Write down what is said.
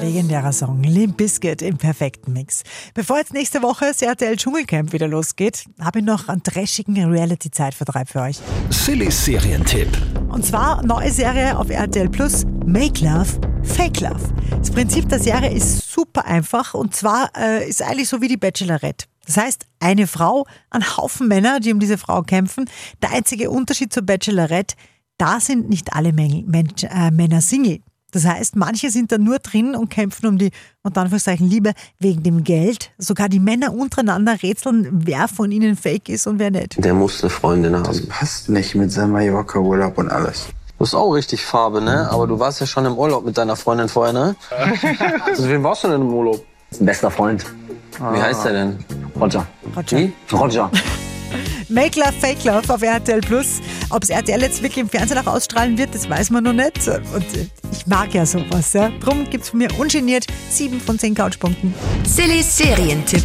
Legendärer Song, Limp Bizkit im perfekten Mix. Bevor jetzt nächste Woche das RTL Dschungelcamp wieder losgeht, habe ich noch einen dreschigen Reality-Zeitvertreib für euch. Silly Serientipp. Und zwar neue Serie auf RTL Plus, Make Love, Fake Love. Das Prinzip der Serie ist super einfach und zwar äh, ist eigentlich so wie die Bachelorette. Das heißt, eine Frau, ein Haufen Männer, die um diese Frau kämpfen. Der einzige Unterschied zur Bachelorette, da sind nicht alle Mängel, Mensch, äh, Männer Single. Das heißt, manche sind da nur drin und kämpfen um die, und Anführungszeichen, Liebe wegen dem Geld. Sogar die Männer untereinander rätseln, wer von ihnen fake ist und wer nicht. Der muss eine Freundin haben. Das passt nicht mit seinem Mallorca-Urlaub und alles. Du hast auch richtig Farbe, ne? Aber du warst ja schon im Urlaub mit deiner Freundin vorher, ne? also, wen warst du denn im Urlaub? Bester Freund, Wie heißt er denn? Roger. Roger. Roger. Make Love, Fake Love auf RTL Plus. Ob es RTL jetzt wirklich im Fernsehen auch ausstrahlen wird, das weiß man noch nicht. Und ich mag ja sowas. Ja. Drum gibt es von mir ungeniert 7 von 10 Couchpunkten. Silly Serientipp.